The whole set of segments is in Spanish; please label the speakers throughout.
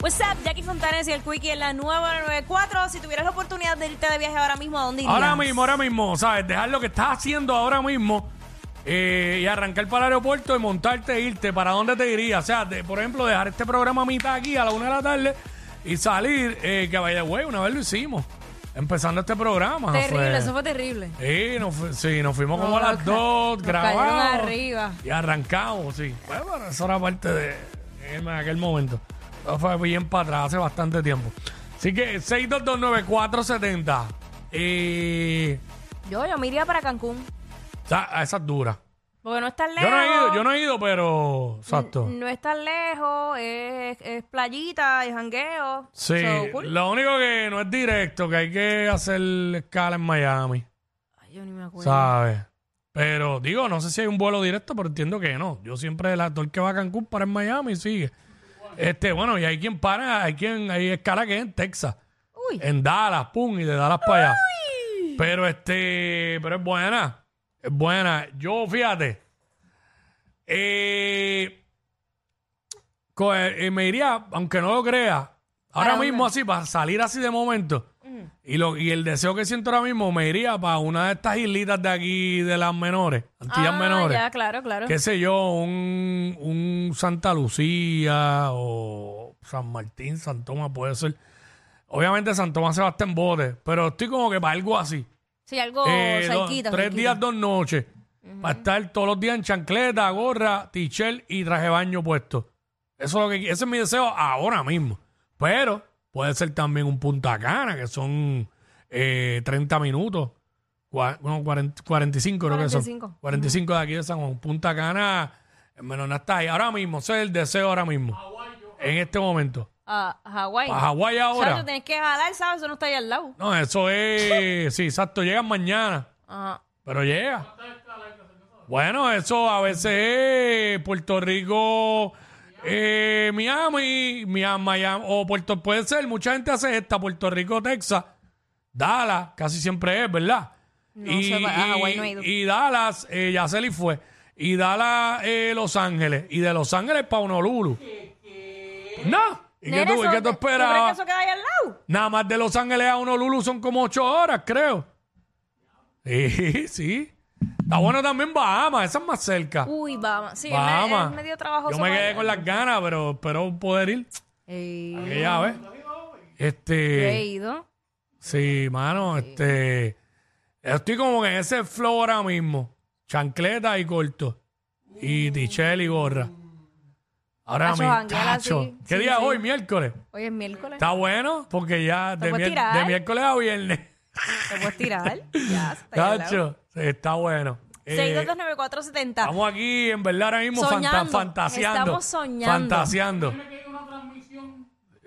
Speaker 1: What's up, Jackie Fontanes y el Quickie en la nueva 94. Si tuvieras la oportunidad de irte de viaje ahora mismo, ¿a dónde irías?
Speaker 2: Ahora mismo, ahora mismo, ¿sabes? Dejar lo que estás haciendo ahora mismo eh, y arrancar para el aeropuerto y montarte e irte. ¿Para dónde te irías? O sea, de- por ejemplo, dejar este programa a mitad aquí a la una de la tarde y salir, eh, que vaya, güey, una vez lo hicimos. Empezando este programa.
Speaker 3: Terrible,
Speaker 2: fue-
Speaker 3: eso fue terrible.
Speaker 2: Sí, nos, fu- sí, nos fuimos como a
Speaker 3: Nos
Speaker 2: las
Speaker 3: ca-
Speaker 2: dos,
Speaker 3: nos
Speaker 2: grabamos.
Speaker 3: cayeron arriba.
Speaker 2: Y arrancamos, sí. Bueno, pero eso era parte de en aquel momento. Eso fue bien para atrás hace bastante tiempo. Así que 6229470. Y.
Speaker 1: Yo, yo me iría para Cancún.
Speaker 2: Esa, esa es dura.
Speaker 1: Porque no es tan lejos.
Speaker 2: Yo no he ido, yo no he ido, pero.
Speaker 3: Mm,
Speaker 2: Exacto.
Speaker 1: No es tan lejos, es, es playita, es jangueo.
Speaker 2: Sí.
Speaker 1: So, cool.
Speaker 2: Lo único que no es directo, que hay que hacer escala en Miami.
Speaker 1: Ay, yo ni me acuerdo.
Speaker 2: ¿Sabes? Pero digo, no sé si hay un vuelo directo, pero entiendo que no. Yo siempre el actor que va a Cancún para en Miami y sigue. Este, bueno, y hay quien para, hay quien, hay escala que es en Texas.
Speaker 1: Uy.
Speaker 2: En Dallas, pum, y de Dallas para allá. Pero este, pero es buena. Es buena. Yo, fíjate. Eh, co- eh, me iría, aunque no lo crea, ahora mismo así, para salir así de momento. Y, lo, y el deseo que siento ahora mismo me iría para una de estas islitas de aquí, de las menores, antillas
Speaker 1: Ah,
Speaker 2: menores.
Speaker 1: Ya, claro, claro.
Speaker 2: Qué sé yo, un, un Santa Lucía o San Martín, San Tomás puede ser. Obviamente San Tomás se va hasta en bote, pero estoy como que para algo así.
Speaker 1: Sí, algo
Speaker 2: Eh, dos-
Speaker 1: Oh, cerquita.
Speaker 2: tres
Speaker 1: cerquita.
Speaker 2: días, dos noches. Para estar todos los días en chancleta, gorra, tichel y traje de baño puesto. Eso es lo que qui- ese es mi deseo ahora mismo. Pero puede ser también un Punta Cana, que son eh, 30 minutos. Cua- no, 40 45 creo que
Speaker 1: 45.
Speaker 2: son. 45 de aquí de San Juan. Punta Cana, menos nada está ahí. Ahora mismo, ese es el deseo ahora mismo. En este momento.
Speaker 1: A Hawái.
Speaker 2: Para Hawái ahora.
Speaker 1: Chacho, tienes que jalar, ¿sabes? Eso no está ahí al lado.
Speaker 2: No, eso es... sí, exacto. Llegan mañana.
Speaker 1: Ajá.
Speaker 2: Pero llega. Bueno, eso a veces es Puerto Rico, eh, Miami, Miami, Miami, o Puerto, puede ser, mucha gente hace esta, Puerto Rico, Texas, Dallas, casi siempre es, ¿verdad?
Speaker 1: No sé, a Hawái no he ido.
Speaker 2: y Dallas, eh, Yaceli fue, y Dallas, eh, Los Ángeles, y de Los Ángeles para Honolulu. No, ¿y qué
Speaker 1: Nene,
Speaker 2: tú, y
Speaker 1: eso-
Speaker 2: qué tú
Speaker 1: ¿tú crees que
Speaker 2: esperabas?
Speaker 1: eso queda ahí al lado?
Speaker 2: Nada más de Los Ángeles a Honolulu son como ocho horas, creo. Sí, sí. Está bueno también Bahamas, esa es más cerca.
Speaker 1: Uy, Bahamas. Sí, es me-
Speaker 2: Bahamas.
Speaker 1: es medio trabajoso.
Speaker 2: Yo me
Speaker 1: para
Speaker 2: quedé
Speaker 1: allá.
Speaker 2: con las ganas, pero espero poder ir.
Speaker 1: Eh,
Speaker 2: Que ya ves.
Speaker 1: yo he
Speaker 2: Este,
Speaker 1: ido.
Speaker 2: sí, mano, este. Estoy como que en ese flow ahora mismo. Chancleta y corto. Y tichel y gorra. Ahora
Speaker 1: Tacho,
Speaker 2: mismo.
Speaker 1: janguear así.
Speaker 2: tacho. ¿Qué
Speaker 1: Sí,
Speaker 2: día es
Speaker 1: sí.
Speaker 2: hoy? Miércoles.
Speaker 1: Hoy es miércoles.
Speaker 2: Está bueno, porque ya
Speaker 1: Te
Speaker 2: de,
Speaker 1: puedes
Speaker 2: mier-
Speaker 1: tirar.
Speaker 2: de miércoles a viernes.
Speaker 1: Te puedes tirar. ya, se está ahí al lado.
Speaker 2: Cacho, está bueno. Eh,
Speaker 1: 6229470.
Speaker 2: estamos aquí, en verdad, ahora mismo fanta-
Speaker 1: Soñando.
Speaker 2: fantaseando.
Speaker 1: Estamos soñando.
Speaker 2: Fantaseando.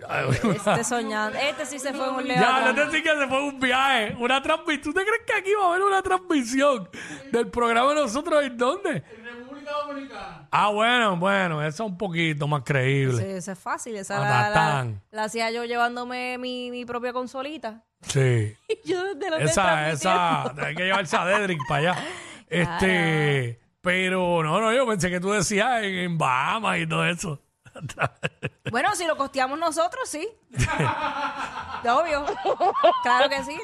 Speaker 1: Este soñando. Este sí se fue en un
Speaker 2: Ya, no
Speaker 1: león.
Speaker 2: te sí que se fue un viaje, una transmisión. ¿Tú te crees que aquí va a haber una transmisión del programa de nosotros? ¿En dónde? En República Dominicana. Ah, bueno, bueno, eso es un poquito más creíble.
Speaker 1: Sí, esa es fácil. Esa la, la,
Speaker 2: Matatán.
Speaker 1: la hacía yo llevándome mi, mi propia consolita.
Speaker 2: Sí.
Speaker 1: yo desde los
Speaker 2: Esa, esa, hay que llevarse a Dedrick para allá. Este, pero no, no, yo pensé que tú decías en, en Bahamas y todo eso.
Speaker 1: Bueno, si lo costeamos nosotros, sí. Obvio. Claro que sí.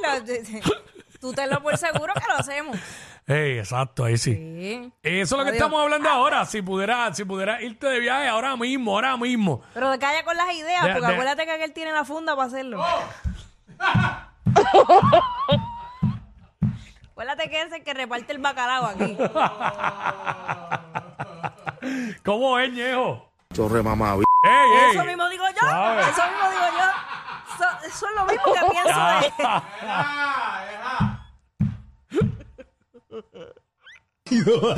Speaker 1: lo- tú tenlo por seguro que lo hacemos.
Speaker 2: Ey, exacto, ahí sí.
Speaker 1: Sí.
Speaker 2: Eso es lo que
Speaker 1: Adiós.
Speaker 2: estamos hablando ahora. Si pudieras si pudiera irte de viaje ahora mismo, ahora mismo.
Speaker 1: Pero calla con las ideas,
Speaker 2: Deja-
Speaker 1: porque
Speaker 2: deja-
Speaker 1: acuérdate que aquel tiene la funda para hacerlo. acuérdate que es el que reparte el bacalao aquí.
Speaker 2: ¿Cómo es, Ñejo?
Speaker 4: Chorre mamá,
Speaker 2: Ey,
Speaker 1: Eso
Speaker 2: ey.
Speaker 1: mismo digo yo.
Speaker 2: Suave.
Speaker 1: Eso mismo digo yo. So- eso es lo mismo que pienso de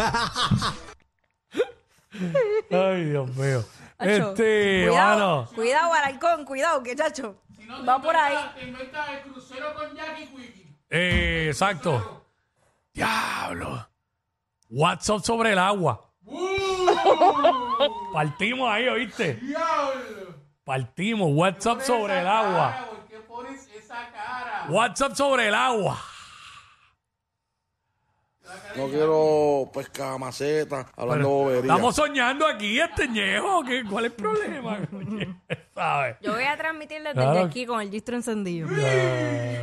Speaker 2: Ay, Dios mío.
Speaker 1: Chacho,
Speaker 2: Este,
Speaker 1: cuidado,
Speaker 2: bueno. Este,
Speaker 1: Cuidado, Alarcón, cuidado, que chacho. no, va por ahí.
Speaker 3: Te inventas el crucero con Jackie Quickie.
Speaker 2: Eh, exacto. Diablo. WhatsApp sobre el agua. Partimos ahí, ¿oíste?
Speaker 3: ¡Diablo!
Speaker 2: Partimos. WhatsApp sobre el agua.
Speaker 3: ¿Por qué pones esa cara?
Speaker 2: WhatsApp sobre el agua.
Speaker 4: No quiero pescar maceta, hablando bobería.
Speaker 2: Estamos soñando aquí, este ñejo. ¿qué? ¿Cuál es el problema? Oye, ¿Sabes?
Speaker 1: Yo voy a transmitirle desde
Speaker 2: Claro.
Speaker 1: aquí con el gistro encendido.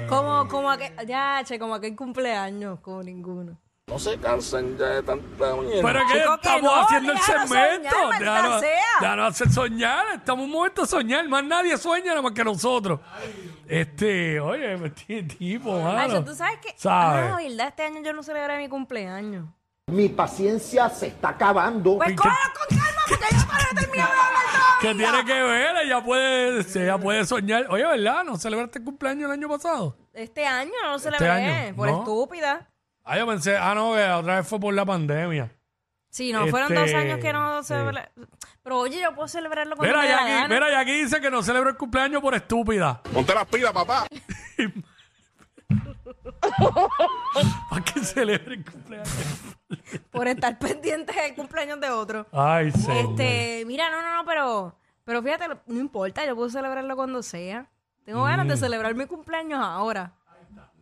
Speaker 1: Como, como aquel, ya, che, como aquel cumpleaños, como ninguno.
Speaker 4: No se cansen ya de tanta mierda.
Speaker 2: Pero es que
Speaker 1: Chico, que
Speaker 2: estamos
Speaker 1: no,
Speaker 2: haciendo el
Speaker 1: déjalo
Speaker 2: segmento.
Speaker 1: soñar, maldita
Speaker 2: Déjalo,
Speaker 1: sea.
Speaker 2: déjalo hacer soñar. Estamos un momento a soñar. Más nadie sueña nada más que nosotros. Este, oye, este tipo,
Speaker 1: Ay,
Speaker 2: mano.
Speaker 1: tú sabes que.
Speaker 2: ¿Sabes?
Speaker 1: Ah, verdad, este año yo no celebré mi cumpleaños.
Speaker 5: Mi paciencia se está acabando.
Speaker 1: Pues
Speaker 2: ¿Qué-
Speaker 1: cógelo con calma, porque yo para no terminar de hablar todavía.
Speaker 2: ¿Qué tiene que ver? Ella puede, ella puede soñar. Oye, ¿verdad? ¿No celebraste el cumpleaños el año pasado?
Speaker 1: Este año no lo
Speaker 2: Este
Speaker 1: celebré,
Speaker 2: año,
Speaker 1: por
Speaker 2: ¿no?
Speaker 1: estúpida.
Speaker 2: Ah, yo pensé, ah, no, que otra vez fue por la pandemia.
Speaker 1: Sí, no, fueron dos
Speaker 2: Este,
Speaker 1: años que no
Speaker 2: sí.
Speaker 1: celebré. Pero oye, yo puedo celebrarlo con
Speaker 2: Mira,
Speaker 1: me dé la
Speaker 2: Jackie,
Speaker 1: gana.
Speaker 2: mira, Jackie dice que no celebró el cumpleaños por estúpida.
Speaker 4: Ponte las pilas, papá.
Speaker 2: ¿Para qué celebre el cumpleaños?
Speaker 1: Por estar pendiente del cumpleaños de otro.
Speaker 2: Ay, señor.
Speaker 1: Este, mira, no, no, no, pero, pero fíjate, lo- no importa, yo puedo celebrarlo cuando sea. Tengo
Speaker 2: Mm.
Speaker 1: ganas de celebrar mi cumpleaños ahora.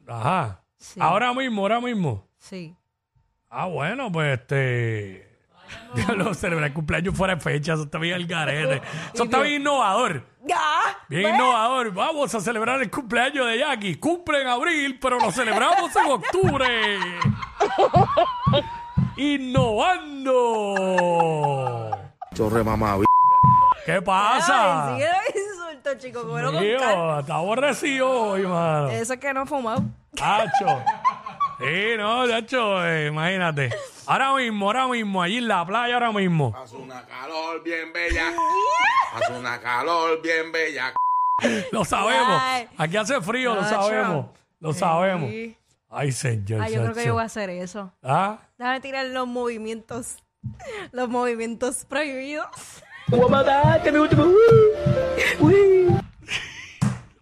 Speaker 2: Ajá.
Speaker 1: Sí.
Speaker 2: Ahora mismo, ahora mismo.
Speaker 1: Sí.
Speaker 2: Ah, bueno, pues este. Diablo, celebrar el cumpleaños fuera de fecha, eso está bien el garete. Eso está bien innovador.
Speaker 1: ¡Ah!
Speaker 2: Bien innovador. Vamos a celebrar el cumpleaños de Jackie. Cumple en abril, pero lo celebramos en octubre. Innovando.
Speaker 4: Chorre mamá.
Speaker 2: ¿Qué
Speaker 1: Ay,
Speaker 2: pasa?
Speaker 1: sí, era insulto, chico. cógelo con calma.
Speaker 2: Mío, está aborrecido hoy, mano.
Speaker 1: Eso es que no he fumado.
Speaker 2: Hacho. Sí, no, Hacho, eh, imagínate. Ahora mismo, ahora mismo, allí en la playa, ahora mismo.
Speaker 4: Hace una calor bien bella. Hace una calor bien bella.
Speaker 2: Lo sabemos.
Speaker 1: Ay.
Speaker 2: Aquí hace frío, lo
Speaker 1: Hacho.
Speaker 2: sabemos. Lo sabemos.
Speaker 1: Sí.
Speaker 2: Ay, señor.
Speaker 1: Ay, Ah, yo creo que
Speaker 2: Hacho.
Speaker 1: yo voy a hacer eso.
Speaker 2: ¿Ah?
Speaker 1: Déjame tirar los movimientos. Los movimientos prohibidos.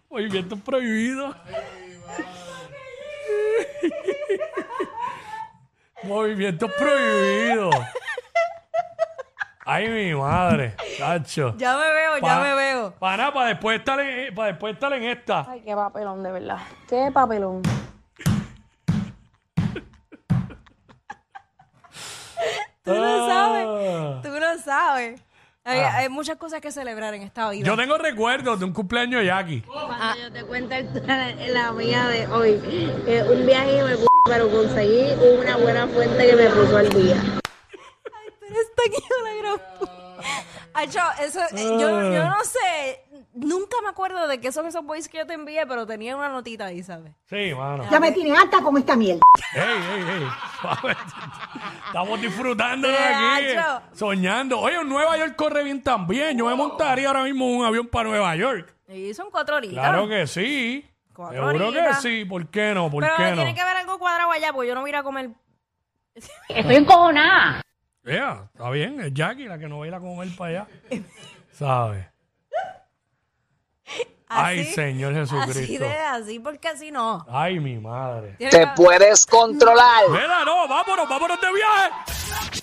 Speaker 2: Movimiento prohibido. Movimiento prohibido. Ay, mi madre. Hacho.
Speaker 1: Ya me veo, ya me veo.
Speaker 2: Para, para después estar en, eh, para después estar en esta.
Speaker 6: Ay, qué papelón, de verdad. Qué papelón.
Speaker 1: Tú lo sabes.
Speaker 2: Ah.
Speaker 1: Tú lo sabes. Hay, hay muchas cosas que celebrar en esta vida.
Speaker 2: Yo tengo recuerdos de un cumpleaños de Jackie.
Speaker 6: Cuando yo te cuento la mía de hoy, que un viaje me puso, pero conseguí una buena fuente que me puso al día.
Speaker 1: Pero está aquí la gran puta. Ay, yo, eso, eh,
Speaker 2: Ah.
Speaker 1: yo, yo no sé. Nunca me acuerdo de qué son esos boys que yo te envié, pero tenía una notita ahí, ¿sabes?
Speaker 2: Sí, mano.
Speaker 7: Ya me tiene alta con esta mierda.
Speaker 2: Ey, ey, ey. Suave. Estamos disfrutando de
Speaker 1: Te
Speaker 2: aquí.
Speaker 1: hacho.
Speaker 2: Soñando. Oye, en Nueva York corre bien también. Yo me montaría ahora mismo en un avión para Nueva York.
Speaker 1: Y son cuatro horitas.
Speaker 2: Claro que sí.
Speaker 1: Cuatro
Speaker 2: Seguro que
Speaker 1: horitas.
Speaker 2: sí. ¿Por qué no? ¿Por
Speaker 1: Pero
Speaker 2: qué no?
Speaker 1: tiene que haber algo cuadrado allá, porque yo no voy a ir a comer.
Speaker 2: Yeah, está bien. Es Jackie la que no baila con él para allá. ¿Sabes? Ay,
Speaker 1: ¿Ah, Así-
Speaker 2: Señor
Speaker 1: Así
Speaker 2: Jesucristo.
Speaker 1: de así, porque así no.
Speaker 2: Ay, mi madre.
Speaker 1: Tiene que-
Speaker 8: puedes controlar.
Speaker 2: Mira, no, vámonos, vámonos de viaje.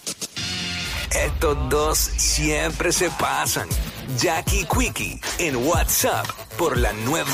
Speaker 9: Estos dos siempre se pasan. Jackie Quickie en WhatsApp por la nueva